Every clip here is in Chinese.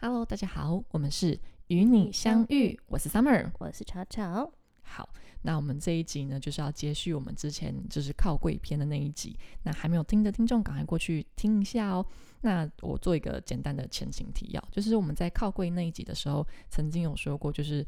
Hello，大家好，我们是与你相遇，我是 Summer。我是哦巧巧。好，那我们这一集呢，就是要接续我们之前就是靠柜篇的那一集。那还没有听的听众，赶快过去听一下哦。那我做一个简单的前情提要，就是我们在靠柜那一集的时候，曾经有说过，就是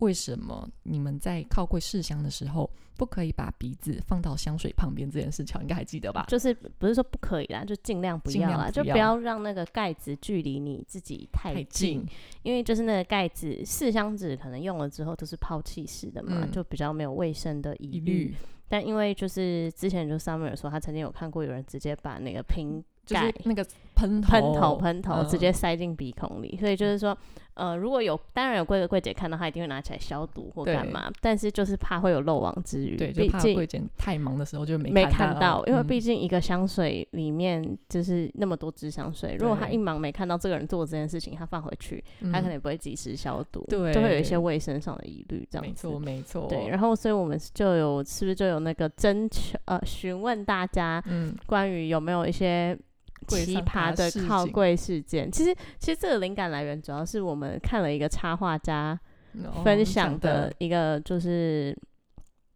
为什么你们在靠柜试香的时候，不可以把鼻子放到香水旁边这件事，巧应该还记得吧？就是不是说不可以啦，就尽量不啊尽要量啦，不就不要要让那个盖子距离你自己太太近，因为就是那个盖子四箱子可能用了之后都是抛弃式的嘛，嗯就比较没有卫生的疑一律但因为就是之前就 Summer 说，他曾经有看过有人直接把那个瓶就是盖那个喷头喷头喷头嗯直接塞进鼻孔里，所以就是说，呃，如果有当然有柜柜姐看到，她一定会拿起来消毒或对干嘛，但是就是怕会有漏网之鱼，对，就毕怕竟柜姐太忙的时候就没没看看到，因为嗯毕竟一个香水里面就是那么多支香水，如果他对一忙没看到这个人做这件事情，他放回去，他嗯可能也不会及时消毒，对就会有一些卫生上的疑虑，这没样子错。没错，对，然后所以我们就有是不是就有那个征求呃询问大家嗯，关于有没有一些柜奇上葩爬的事靠情柜事件？其实其实这个灵感来源主要是我们看了一个插画家哦分你享讲的的一个就是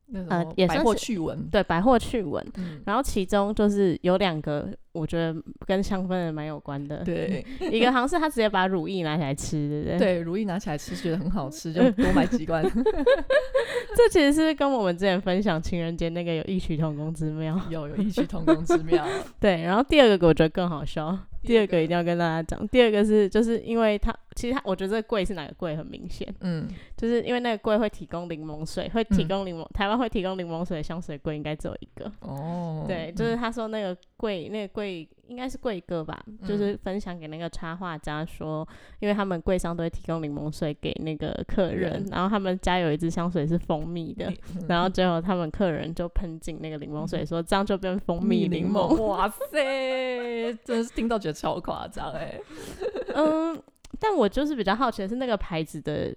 那呃种也百算货是趣闻，对百货趣闻，嗯，然后其中就是有两个，我觉得跟香氛的蛮有关的。，对一个好像是他直接把乳液拿起来吃，对不对？，对，如意拿起来吃觉得很好吃，嗯就多买几罐 这其实是跟我们之前分享情人节那个有异曲同工之妙。有有异曲同工之妙，对，然后第二个我觉得更好笑，第 第二二个个一定要跟大家讲。第二个是就是因为他其实他我觉得这个柜是哪个柜很明显，嗯，就是因为那个柜会提供柠檬水，会提嗯供柠檬、台湾会提供柠檬水的香水柜应该只有一个。哦，对，就是他说那个贵，那个贵应该是贵哥吧，就是分享给那个插画家说，因为他们柜上都会提供柠檬水给那个客人嗯人，然后他们家有一支香水是蜂蜜的，嗯然后最后他们客人就喷进那个柠檬水，说这样就变蜂嗯蜜柠檬。嗯 檬，哇塞，真是听到觉得超夸张哎，嗯，但我就是比较好奇的是那个牌子的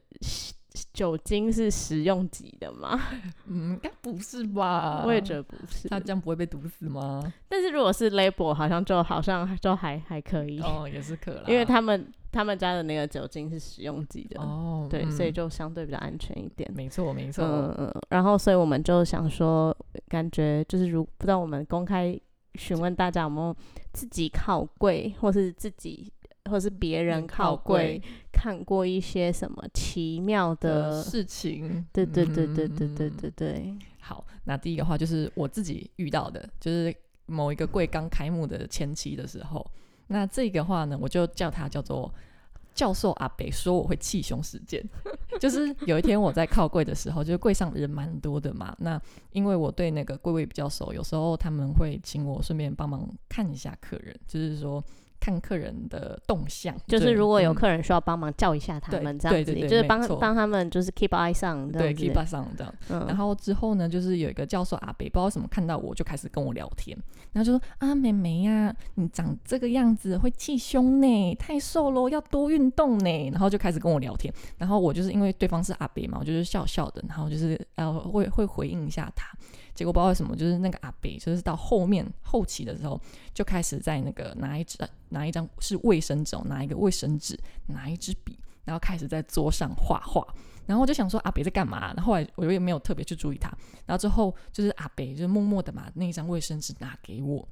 酒精是食用级的吗？ 嗯，应该不是吧？我也觉得不是，他这样不会被毒死吗？但是如果是 label，好像就好像就还还可以。哦，也是可啦，因为他们他们家的那个酒精是食用级的，哦，对，所以嗯就相对比较安全一点。没错没错，嗯嗯，然后所以我们就想说，感觉就是如不知道我们公开询问大家有没有自己靠柜，或是自己或是别人靠柜看过一些什么奇妙的的。事情，对对对对对对嗯对对，好，那第一个话就是我自己遇到的，就是某一个柜刚开幕的前期的时候，那这个话呢，我就叫它叫做教授阿北说我会气胸事件。 就是有一天我在靠柜的时候，就是柜上人蛮多的嘛，那因为我对那个柜位比较熟，有时候他们会请我顺便帮忙看一下客人，就是说。看客人的动向，就是对如果有嗯客人需要帮忙叫一下他对们，这样对子，对对就是没帮错帮他们就是 keep eye 上这对样子 keep 上这样，然嗯，后之后呢，就是有一个教授阿北，不知道为什么看到我就开始跟我聊天，然后就说啊，妹妹呀、你长这个样子会气胸呢，太瘦咯，要多运动呢。然后就开始跟我聊天，然后我就是因为对方是阿北嘛，我就是笑笑的，然后就是呃会会回应一下他。结果不知道为什么，就是那个阿北，就是到后面后期的时候，就开始在那个拿一张拿一张是卫生纸哦，拿一个卫生纸，拿一支笔，然后开始在桌上画画。然后我就想说阿北在干嘛？然后后来我也没有特别去注意他。然后之后就是阿北就默默的把那张卫生纸拿给我，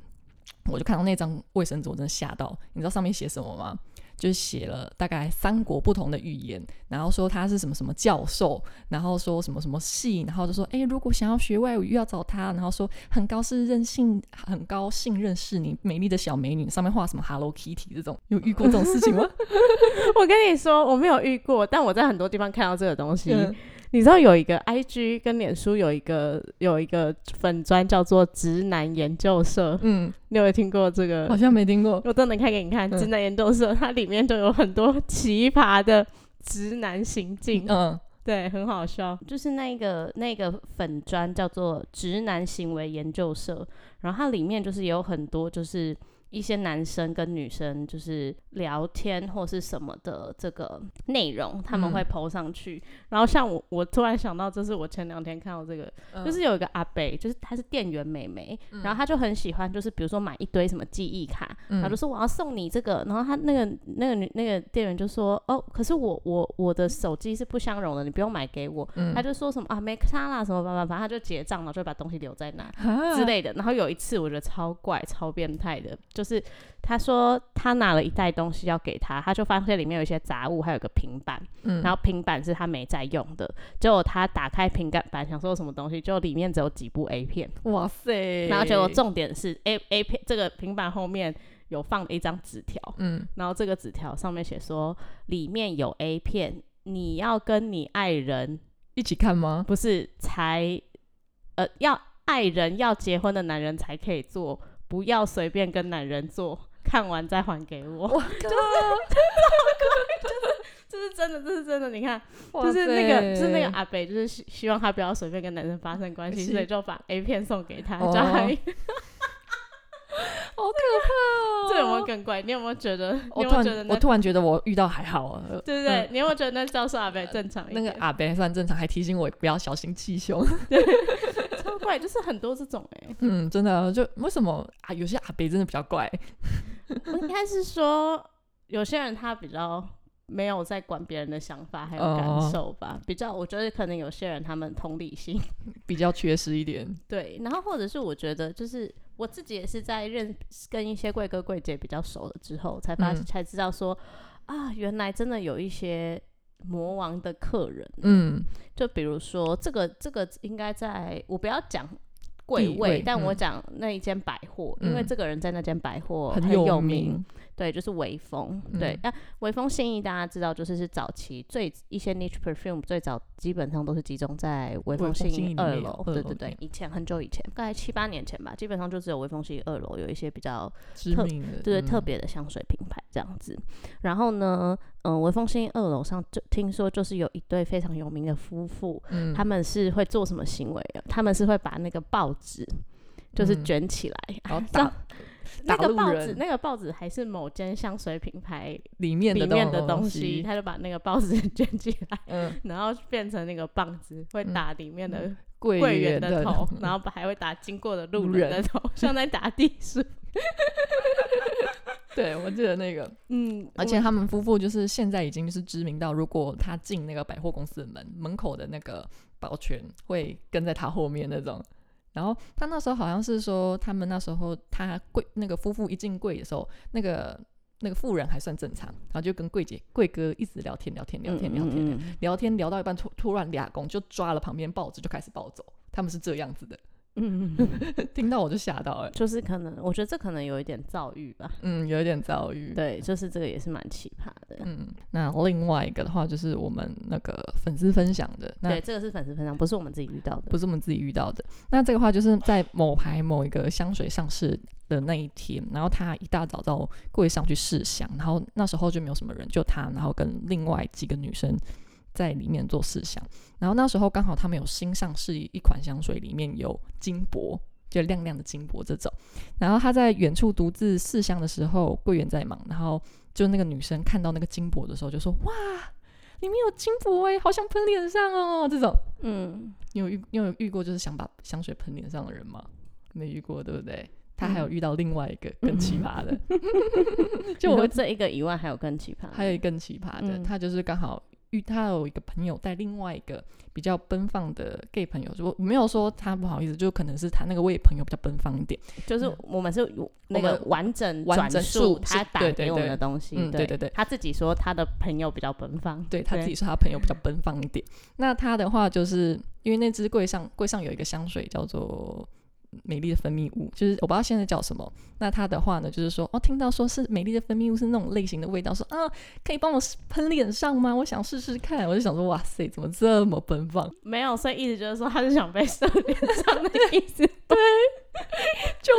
我就看到那张卫生纸，我真的吓到。你知道上面写什么吗？就是写了大概三国不同的语言，然后说他是什么什么教授，然后说什么什么系，然后就说诶，如果想要学外语要找他，然后说很高是任性，很高兴认识你，美丽的小美女，上面画什么 Hello Kitty 这种，有遇过这种事情吗？ 我跟你说，我没有遇过，但我在很多地方看到这个东 西，嗯你知道有一个 IG 跟脸书有一个有一个粉专叫做“直男研究社嗯，”，你有没有听过这个好？像没听过。我都能开给你看，“嗯直男研究社”它里面都有很多奇葩的直男行 径，嗯，对，很好笑。就是那个那个粉专叫做“直男行为研究社”，然后它里面就是有很多就是一些男生跟女生就是聊天或是什么的这个内容，他们嗯会 PO 上去。然后像我，我突然想到，这是我前两天看到这个，就是有一个阿北，就是他是店员妹妹，然后他就很喜欢，就是比如说买一堆什么记忆卡，嗯然后就说我要送你这个，然后他那个那个女那个店员就说哦，可是我我我的手机是不相容的，你不用买给我。嗯他就说什么啊没差啦什么吧吧吧，他就结账，然后就把东西留在那。啊之类的。然后有一次我觉得超怪、超变态的，就是他说他拿了一袋东西要给他，他就发现里面有一些杂物，还有个平板，嗯然后平板是他没在用的。结果他打开平板板想说什么东西，就里面只有几部 A 片，哇塞，然后结果重点是 A A 片这个平板后面有放了一张纸条，嗯然后这个纸条上面写说里面有 A 片，你要跟你爱人一起看吗？不是才呃要爱人要结婚的男人才可以做，不要随便跟男人做，看完再还给我。哇啊靠， 这是真的，这是真的。你看，哇就是那塞个，就是那个阿北，就是希希望他不要随便跟男生发生关系，是所以就把 A 片送给他。哦就还 好可怕哦！这有没有更怪？你有没有觉得？你我有突没有觉得然那我？突然觉得我遇到还好啊，呃对不对？你有没有觉得那教授阿北正常一那点？个阿北算正常，还提醒我不要小心气胸。 超怪，就是很多这种哎、嗯，真的啊就为什么啊？有些阿北真的比较怪，我应该是说，有些人他比较没有在管别人的想法还有哦感受吧，比较我觉得可能有些人他们同理心比较缺失一点。 对，然后或者是我觉得就是我自己也是在认跟一些贵哥贵姐比较熟了之后，才发、嗯才知道说啊，原来真的有一些魔王的客人，嗯就比如说这个这个应该在我不要讲。贵地位位，但我嗯讲那一间百货，因为嗯这个人在那间百货很有有名对，就是微风。嗯对，那微风信义大家知道，就是是早期最一些 niche perfume 最早基本上都是集中在微风微风信信义义里二面楼。二对楼对里对面，以前很久以前，大概七八年前吧，基本上就只有微风信义二楼有一些比较知特名的，对对嗯特别的香水品牌这样子。然后呢，嗯、微风信义二楼上就听说就是有一对非常有名的夫妇，嗯他们是会做什么行为啊？他们是会把那个报纸就是嗯卷起来，然后知道打那打个路报人纸，那个报纸还是某间香水品牌里面里的面的东东西，，他就把那个报纸卷起来，嗯，然后变成那个棒子，会嗯打里面的柜柜员的的 头， 然后还会打经过的路路人的人头， 像在打地鼠。对我记得那个，嗯，而且他们夫妇就是现在已经是知名到，如果他进那个百货公司的门门口的那个保全会跟在他后面那种。然后他那时候好像是说，他们那时候他柜那个夫妇一进柜的时候，那个那个妇人还算正常，然后就跟柜姐柜哥一直聊天聊天聊天聊天、嗯嗯嗯聊天聊到一半，突突然俩公就抓了旁边报纸就开始暴走，他们是这样子的，嗯嗯嗯，嗯 听到我就吓到了，就是可能，我觉得这可能有一点躁郁吧。嗯，有一点遭遇。对，就是这个也是蛮奇葩的。嗯，那另外一个的话就是我们那个粉丝分享的，那对，这个是粉丝分享，不是我们自己遇到的。不是我们自己遇到的。那这个话就是在某牌某一个香水上市的那一天，然后他一大早到柜上去试香，然后那时候就没有什么人，就他，然后跟另外几个女生在里面做试香。然后那时候刚好他们有新上市一款香水，里面有金箔。就亮亮的金箔这种，然后他在远处独自试香的时候，柜员在忙，然后就那个女生看到那个金箔的时候，就说：“哇，里面有金箔哎，好想喷脸上哦！”这种，嗯，你有遇你有遇过就是想把香水喷脸上的人吗？没遇过，对不对？他还有嗯遇到另外一 个更奇葩的， 就就我我这一个以外，还有更奇葩的。还有一个更奇葩的，嗯他就是刚好遇他有一个朋友带另外一个比较奔放的 gay 朋友，我没有说他不好意思，就可能是他那个位朋友比较奔放一点，就是嗯我们是有那我个们完整完转整述述他是打对对给我们对的东西，嗯对对对他自己说他的朋友比较奔放，对他自己说他朋友比较奔放一点。那他的话就是因为那只柜上柜上有一个香水叫做美丽的分泌物，就是我不知道现在叫什么。那他的话呢，就是说哦，听到说是美丽的分泌物是那种类型的味道，说啊，可以帮我喷脸上吗？我想试试看。我就想说，哇塞，怎么这么奔放？没有，所以意思就是说他是想被射脸 上的意思， 救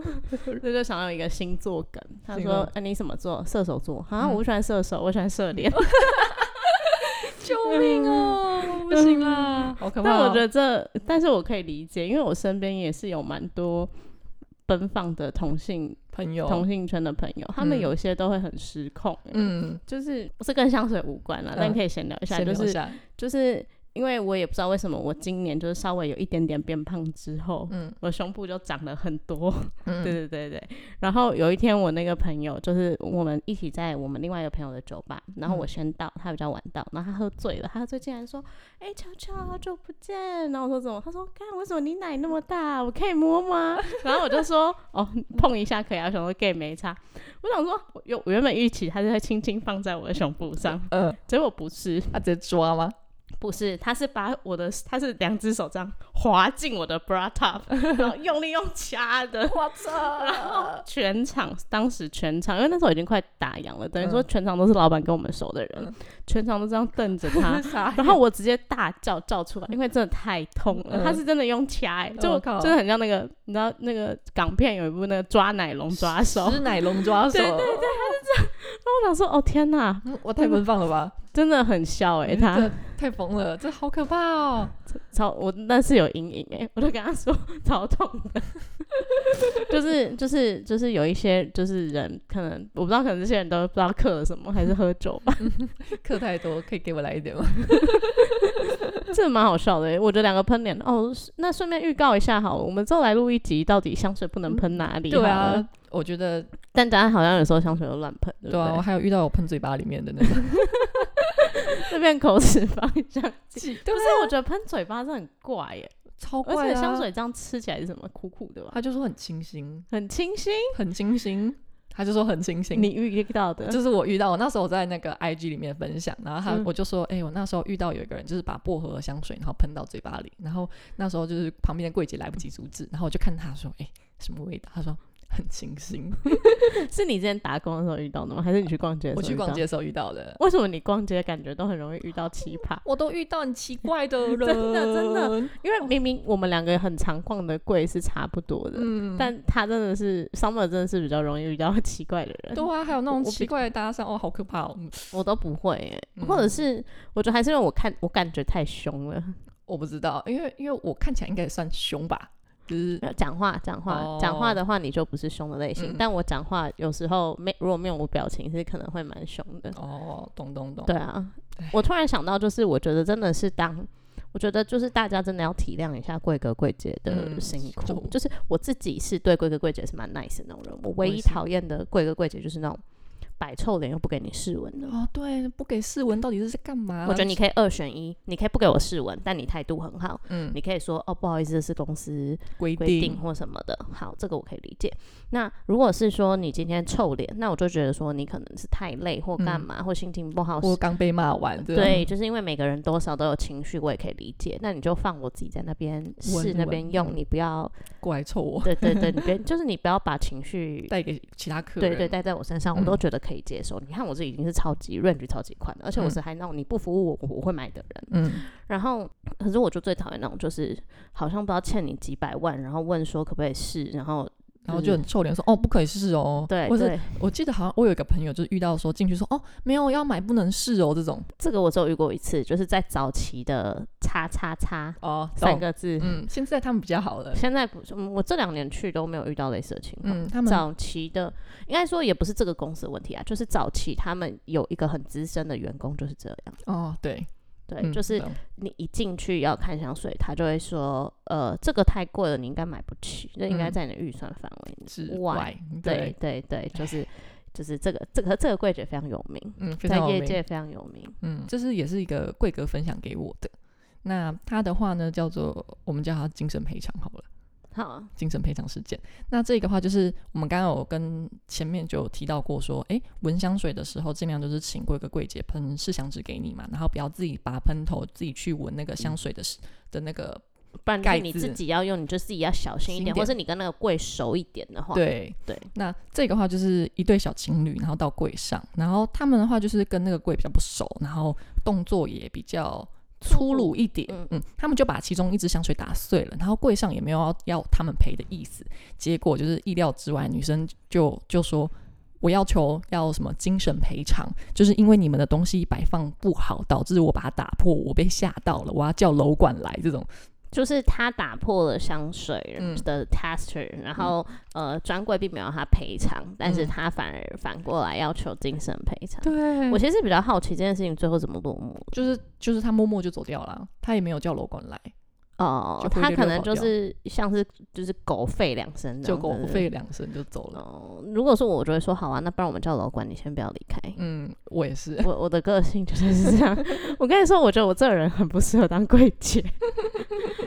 命哦！这就想要一个星座梗。他星说座：“啊，你什么座？射手座。啊，嗯我不喜欢射手，我喜欢 射脸。 救命哦！不行啦， 好可怕、但哦！我觉得这，但是我可以理解，因为我身边也是有蛮多奔放的同性朋友，同性圈的朋友，他们嗯有些都会很失控，嗯，嗯，就是这跟香水无关了，但嗯可以闲聊一下，先就留 是下就是因为我也不知道为什么我今年就是稍微有一点点变胖之后，嗯我胸部就长了很 多，嗯，对对对对。然后有一天我那个朋友就是我们一起在我们另外一个朋友的酒吧，然后我嗯先到，他比较晚到，然后他喝醉了，他喝醉竟然说：“哎、乔乔，好久不见。”然后我说：“怎么？”他说：“看为什么你奶那么大？我可以摸吗？” 然后我就说：“哦，碰一下可以啊。”我想说 gay 没差，我想说，我有我原本预期他是会轻轻放在我的胸部上，呃，结果不是，他直接抓吗？不是，他是把我的，他是两只手这样滑进我的 bra top，然 后用力用掐的。我 操！ 全场当时全场，因为那时候已经快打烊了，等于说全场都是老板跟我们熟的人，嗯，全场都这样瞪着他 傻 眼然后我直接大叫叫出来，因为真的太痛了，嗯他是真的用掐、欸，就、我靠真的很像那个，你知道那个港片有一部那个抓奶龙抓手， 然后吃奶龙抓手，对对我想说，哦天哪，嗯我太奔放了吧！真的很笑哎、欸，他这 太疯了，这好可怕哦！超我那是有阴影哎、我就跟他说超痛的，就是就是就是有一些就是人可能我不知道，可能这些人都不知道嗑了什么，还是喝酒吧， 课太多，可以给我来一点吗？这蛮好笑的欸。我觉得两个喷脸哦，是那顺便预告一下好了，我们之后来录一集，到底香水不能喷哪 里？对，啊，我觉得但大家好像有时候香水都乱喷，对不对啊， 我还有遇到我喷嘴巴里面的那 个，这边口齿方向。对啊不可是对？我觉得喷嘴巴是很怪耶，超而怪且啊香，水这样吃起来是什么苦苦的吧？他就说很清新，很清新，很清新，他就说很清新。你预到的， 就是我遇到，我那时候我在那个 IG 里面分享，然后他、嗯我就说，哎、我那时候遇到有一个人，就是把薄荷香水然后喷到嘴巴里，然后那时候就是旁边的柜姐来不及阻止，然后我就看他说，哎、什么味道？他说很清 新。是你之前打工的时候遇到的吗？还是你去逛街？我去逛街，的时候遇到的，为什么你逛街感觉都很容易遇到奇葩？我都遇到很奇怪的 人，真的真的，因为明明我们两个很常逛的柜是差不多的，嗯，但他真的是 Summer 真的是比较容易遇到奇怪的人，对啊，还有那种我比奇怪的搭讪，哦，好可怕哦！嗯我都不会、欸，嗯或者是我觉得还是因为我看我感觉太凶了，我不知道，因为因为我看起来应该也算凶吧，就是讲话讲话哦讲话的话你就不是凶的类型，嗯但我讲话有时候没如果没有我表情是可能会蛮凶的，哦，懂懂懂，对啊唉，我突然想到就是我觉得真的是当。我觉得就是大家真的要体谅一下贵哥贵姐的嗯辛苦，就就是我自己是对贵哥贵姐是蛮 nice 的那种人，我唯我也一是讨厌的贵哥贵姐就是那种摆臭脸又不给你试吻的，哦，对，不给试闻到底是在干嘛？我觉得你可以二选一，你可以不给我试闻，但你态度很好，嗯你可以说哦不好意思，这是公司规规定定或什么的。好，这个我可以理解。那如果是说你今天臭脸，那我就觉得说你可能是太累或干嘛、或心情不好，嗯我刚被骂完，这样对，，就是因为每个人多少都有情绪，我也可以理解。那你就放我自己在那边试闻那边闻用，你 不要过来凑我，对对对，你别就是你不要把情绪带给其他客人，对对，带在我身上，我嗯都觉得可以接受。你看我这已经是超级 range 超级宽的，而且我嗯是还那种你不服务我我会买的人。嗯，然后，可是我就最讨厌那种，就是好像不知道欠你几百万，然后问说可不可以试，然后然后就很臭脸说，哦，不可以试哦，对或者对，我记得好像我有一个朋友就是遇到说进去说，哦，没有要买不能试哦，这种，这个我只有遇过一次，就是在早期的“叉叉叉哦”，三懂，个字，嗯，现在他们比较好了，现在不是，嗯我这两年去都没有遇到类似的情况。嗯，他们早期的应该说也不是这个公司的问题啊，就是早期他们有一个很资深的员工就是这样，哦，对，对，嗯就是懂你一进去要看香水，他就会说，呃，这个太贵了，你应该买不起，这应该嗯在你的预算范围之内。外，对，对对，就是就是这个这个这个柜姐非常有名，嗯，非在常有业名界非常有名。嗯，这是也是一个贵哥分享给我的。那他的话呢，叫做我们叫他精神赔偿好了，好，精神赔偿事件。那这个话就是我们刚刚有跟前面就有提到过说，诶，闻香水的时候尽量就是请贵哥贵姐喷试香纸给你嘛，然后不要自己拔喷头，自己去闻那个香水的、的那个不然就是盖你子自己要用，你就自己要小心一轻点，点或是你跟那个柜熟一点的哦话，对对。那这个话就是一对小情侣，然后到柜上，然后他们的话就是跟那个柜比较不熟，然后动作也比较粗鲁一点。嗯嗯他们就把其中一支香水打碎了，然后柜上也没有要要他们赔的意思。结果就是意料之外，女生就就说。我要求要什么精神赔偿，就是因为你们的东西摆放不好，导致我把它打破，我被吓到了，我要叫楼管来这种。就是他打破了香水嗯的 tester，、然后呃，专柜并没有要他赔偿，但是嗯他反而反过来要求精神赔偿。对我其实比较好奇这件事情最后怎么落幕就是就是他默默就走掉了，他也没有叫楼管来，哦就，灰他溜可溜能跑就掉是像是就是狗吠两声这就样子，狗吠两声就走了。哦。如果是我，我就会说好啊，那不然我们叫楼管，你先不要离开。嗯，我也是，我我的个性就是这样。 我跟你说，我觉得我这个人很不适合当柜 姐，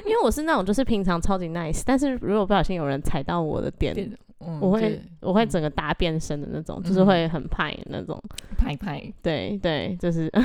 因为我是那种就是平常超级 nice，但是如果不小心有人踩到我的点，点嗯，我会对我会整个大变身的那种，就是嗯会很派的那种。拍拍，对对，就是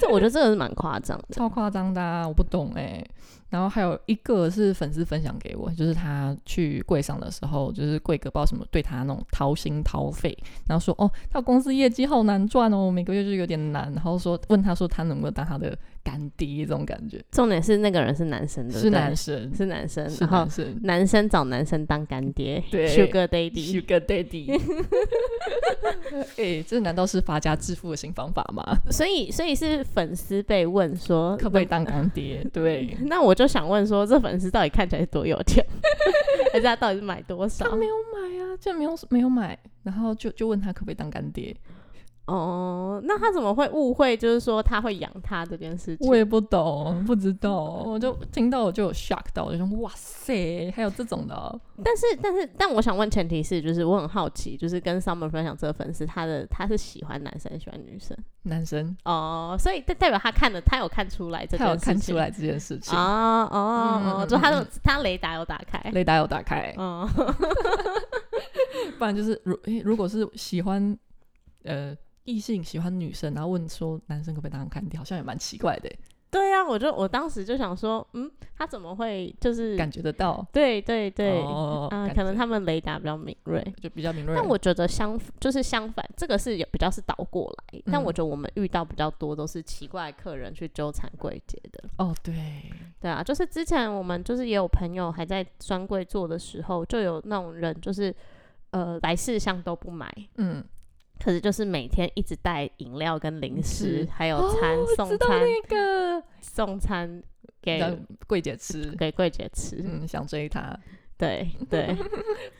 这，我觉得这个是蛮夸张的。超夸张的、啊，我不懂哎、然后还有一个是粉丝分享给我，就是他去柜上的时候，就是柜哥不知道什么对他那种掏心掏肺，然后说哦，他公司业绩好难赚哦，每个月就有点难，然后说问他说他能不能当他的干爹这种感觉，重点是那个人是男生的，对是不对男生，是男生，是然后男生男生找男生当干爹对，Sugar Daddy。 ，Sugar Daddy。哎、这难道是发家致富的新方法吗？所以所以是粉丝被问说可不可以当干 爹？对，那我就想问说，这粉丝到底看起来多有钱， 还是他到底是买多少他？没有买啊，就没有没有买，然后就就问他可不可以当干爹，哦，那他怎么会误会，就是说他会养他这件事情我？也不 懂，不知道，我就听到我就有 shock 到，我就说哇塞，还有这种的哦、但是，但是，但我想问，前提是，就是我很好奇，就是跟 Summer 分享这个粉丝，他的他是喜欢男生，喜欢女生男生，哦，所以代代表他看了，他有看出来这他件有事情，看出来这件事情，哦哦嗯哦，嗯就他嗯的他雷达有打开，雷达有打开，嗯， 不然就是如诶如果是喜欢呃异性喜欢女生，然后问说男生可不可以当干爹，好像也蛮奇怪的，对啊，我就我当时就想说，嗯，他怎么会就是感觉得到，对对对，哦啊、感可能觉他们雷达比较敏锐。就比较敏锐。但我觉得相就是相反，这个是也比较是倒过来。但嗯我觉得我们遇到比较多都是奇怪的客人去纠缠柜姐的，哦对，对啊，就是之前我们就是也有朋友还在专柜做的时候，就有那种人就是呃来事项都不买，嗯，可是就是每天一直带饮料跟零食是，还有餐、送哦知道餐那个送餐给让柜姐吃，给柜姐吃，嗯，想追她。 对对，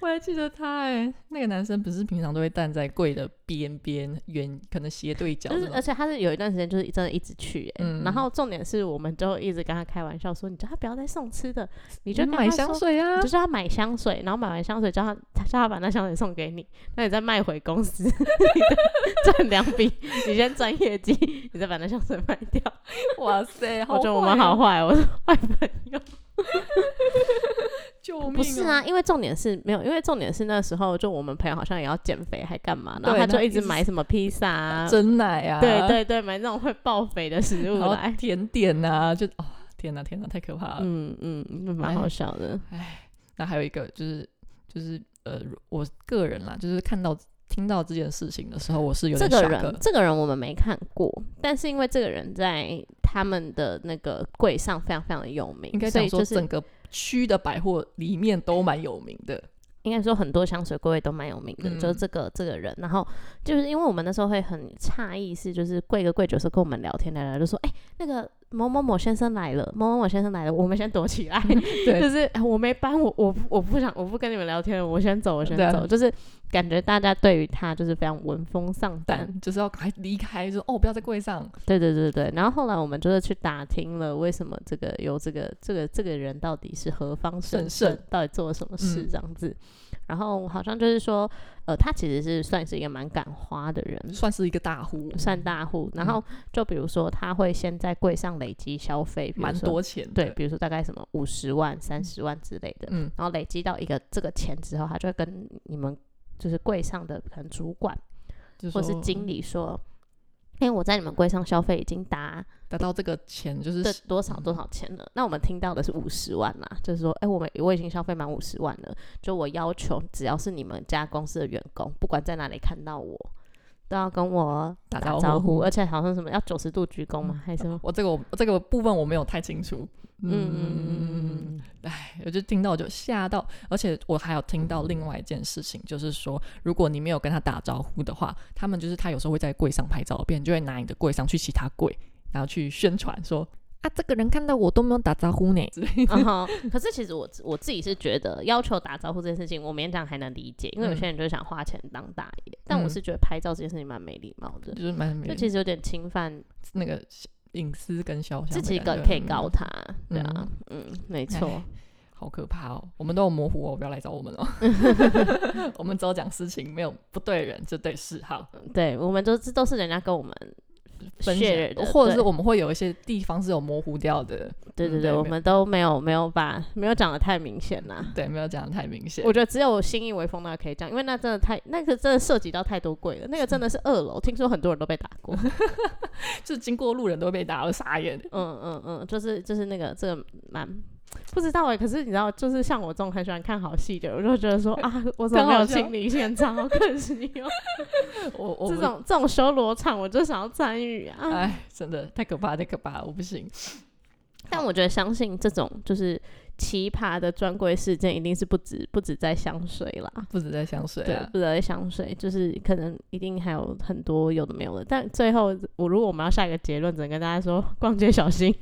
我还记得他哎、那个男生不是平常都会站在柜的边边缘，可能斜对角就这是，呃而种。且他是有一段时间就是真的一直去、欸，嗯然后重点是我们就一直跟他开玩笑说，你叫他不要再送吃的，你就跟买他香说，水啊你就，叫他买香水，然后买完香水叫他他叫他把那香水送给你，那你再卖回公司 赚两笔，你先赚业绩，你再把那香水卖掉。哇 塞，我觉得我坏们哦好，坏，我是坏朋友。救命、哦不是，啊，因为重点是没有，因为重点是那时候就我们朋友好像也要减肥还干嘛，然后对他就那一一直直买什么披萨、啊，真奶啊，对，对对，买那种会爆肥的食物然后来。甜点啊，就哦，天哪、天哪、太可怕了。嗯嗯，蛮哎好笑的。那还有一个就是就是呃，我个人啦，就是看到听到这件事情的时候，我是有这点个 shock 人的，这个人我们没看过，但是因为这个人在他们的那个柜上非常非常的有名，应该所讲以说就整是个区的百货里面都蛮有名的。应该说很多香水柜位都蛮有名的，嗯就是这个这个人。然后就是因为我们那时候会很诧异，是就是柜个柜姐有时候跟我们聊天聊聊，就说哎、那个某某某先生来了，某某某先生来了，我们先躲起来。 对就是哎我没班，我我不我不想，我不跟你们聊天了，我先走，我先对啊走。就是感觉大家对于他就是非常闻风丧胆，但就是要赶快离开，说哦，不要在柜上。对对对对，然后后来我们就是去打听了，为什么这个有这个这个这个人到底是何方神神圣圣，到底做了什么事嗯这样子。然后好像就是说，呃，他其实是算是一个蛮敢花的人，算是一个大户，算大户。然嗯后就比如说，他会先在柜上累积消费，比如蛮说多钱的对，，比如说大概什么五十万、三十万之类的。嗯然后累积到一个这个钱之后，他就会跟你们就是柜上的可能主管就或是说嗯经理说，因为我在你们柜上消费已经达达到这个钱就是这多少多少钱了？那我们听到的是五十万啦，就是说，哎、我们我已经消费满五十万了，就我要求只要是你们家公司的员工，不管在哪里看到我，都要跟我打打招招呼而且好像什么要九十度鞠躬吗？还是什么？我这个我这个部分我没有太清楚，嗯嗯嗯嗯嗯，嗯哎，我就听到我就吓到，而且我还有听到另外一件事情，就是说，如果你没有跟他打招呼的话，他们就是他有时候会在柜上拍照片，就会拿你的柜上去其他柜，然后去宣传说。啊，这个人看到我都没有打招呼呢之类的。嗯哼，可是其实我自我自己是觉得要求打招呼这件事情，我勉强还能理解，因为有些人就是想花钱当大爷，但我是觉得拍照这件事情蛮没礼貌的，就是蛮就其实有点侵犯那个隐私跟肖像的自己感可觉，可以嗯告他，对啊，嗯，没错哎，好可怕哦！我们都有模糊哦，不要来找我们哦。哦 我们只有讲事情，没有不对人，就对事。好，对，我们都这都是人家跟我们分 share 的享，或者对是我们会有一些地方是有模糊掉的，对嗯对对对，我没们都没有没有把没有讲的太明显啦。对，没有讲的太明显。我觉得只有信义威风那个可以讲，因为那真的太那个真的涉及到太多贵了，那个真的是二楼，听说很多人都被打 过。就经过路人都会被打到傻眼。嗯嗯嗯，就是就是那个这个蛮不知道哎、可是你知道，就是像我这种很喜欢看好戏的，我就觉得 说啊，我怎么更没好有笑亲临现场，好可惜哦。我 我这不种这种修罗场，我就想要参与啊。哎，真的太可怕，太可怕了，我不行。但我觉得相信这种就是奇葩的专柜事件，一定是不止不止在香水啦。不止在香水对，啊，不止在香水，就是可能一定还有很多有的没有的。但最后，我如果我们要下一个结论，只能跟大家说，逛街小 心。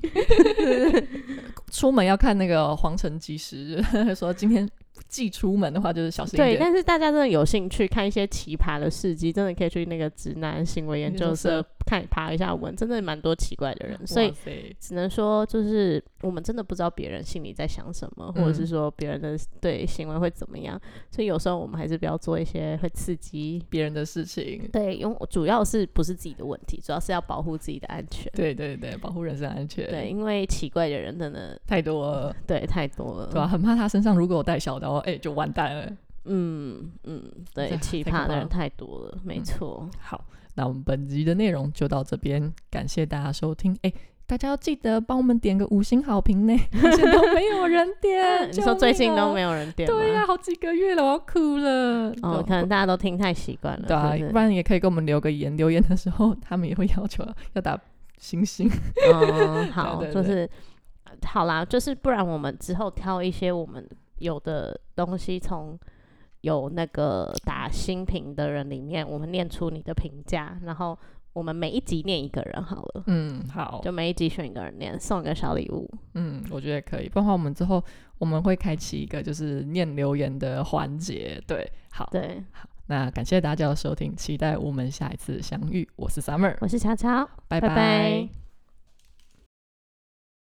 出门要看那个皇城及时， 说今天既出门的话就是小心一对，点。但是大家真的有兴趣看一些奇葩的事迹，真的可以去那个直男行为研究研社究看爬一下文，真的蛮多奇怪的人，所以哇。塞只能说，就是我们真的不知道别人心里在想什么，或者是嗯说别人的对行为会怎么样，所以有时候我们还是不要做一些会刺激。别人的事情，对，因为我主要是不是自己的问题，主要是要保护自己的安全。对对对，保护人身安全，对，，因为奇怪的人真的太多了，对太多了，对啊吧、很怕他身上如果有带小刀，哎、就完蛋了。嗯嗯，对这，奇太可葩怕的了人太多了，没嗯错。好，那我们本集的内容就到这边，感谢大家收听。哎、大家要记得帮我们点个五星好评 呢，而且都没有人点，你说最近都没有？有人点吗？啊对呀、好几个月了，我要哭了。哦，可看。能大家都听太习惯了，对啊，是不不是然也可以给我们留个言。留言的时候，他们也会要求要打星 星。嗯，好， 对对就是好啦，就是不然我们之后挑一些我们有的东西从。有那个打新评的人里面，我们念出你的评价，然后我们每一集念一个人好了，嗯，好，就每一集选一个人念，送一个小礼物。嗯，我觉得可以。不然的话，我们之后我们会开启一个就是念留言的环节。对，好，对，那感谢大家的收听，期待我们下一次相遇。我是 Summer，我是乔乔，拜拜拜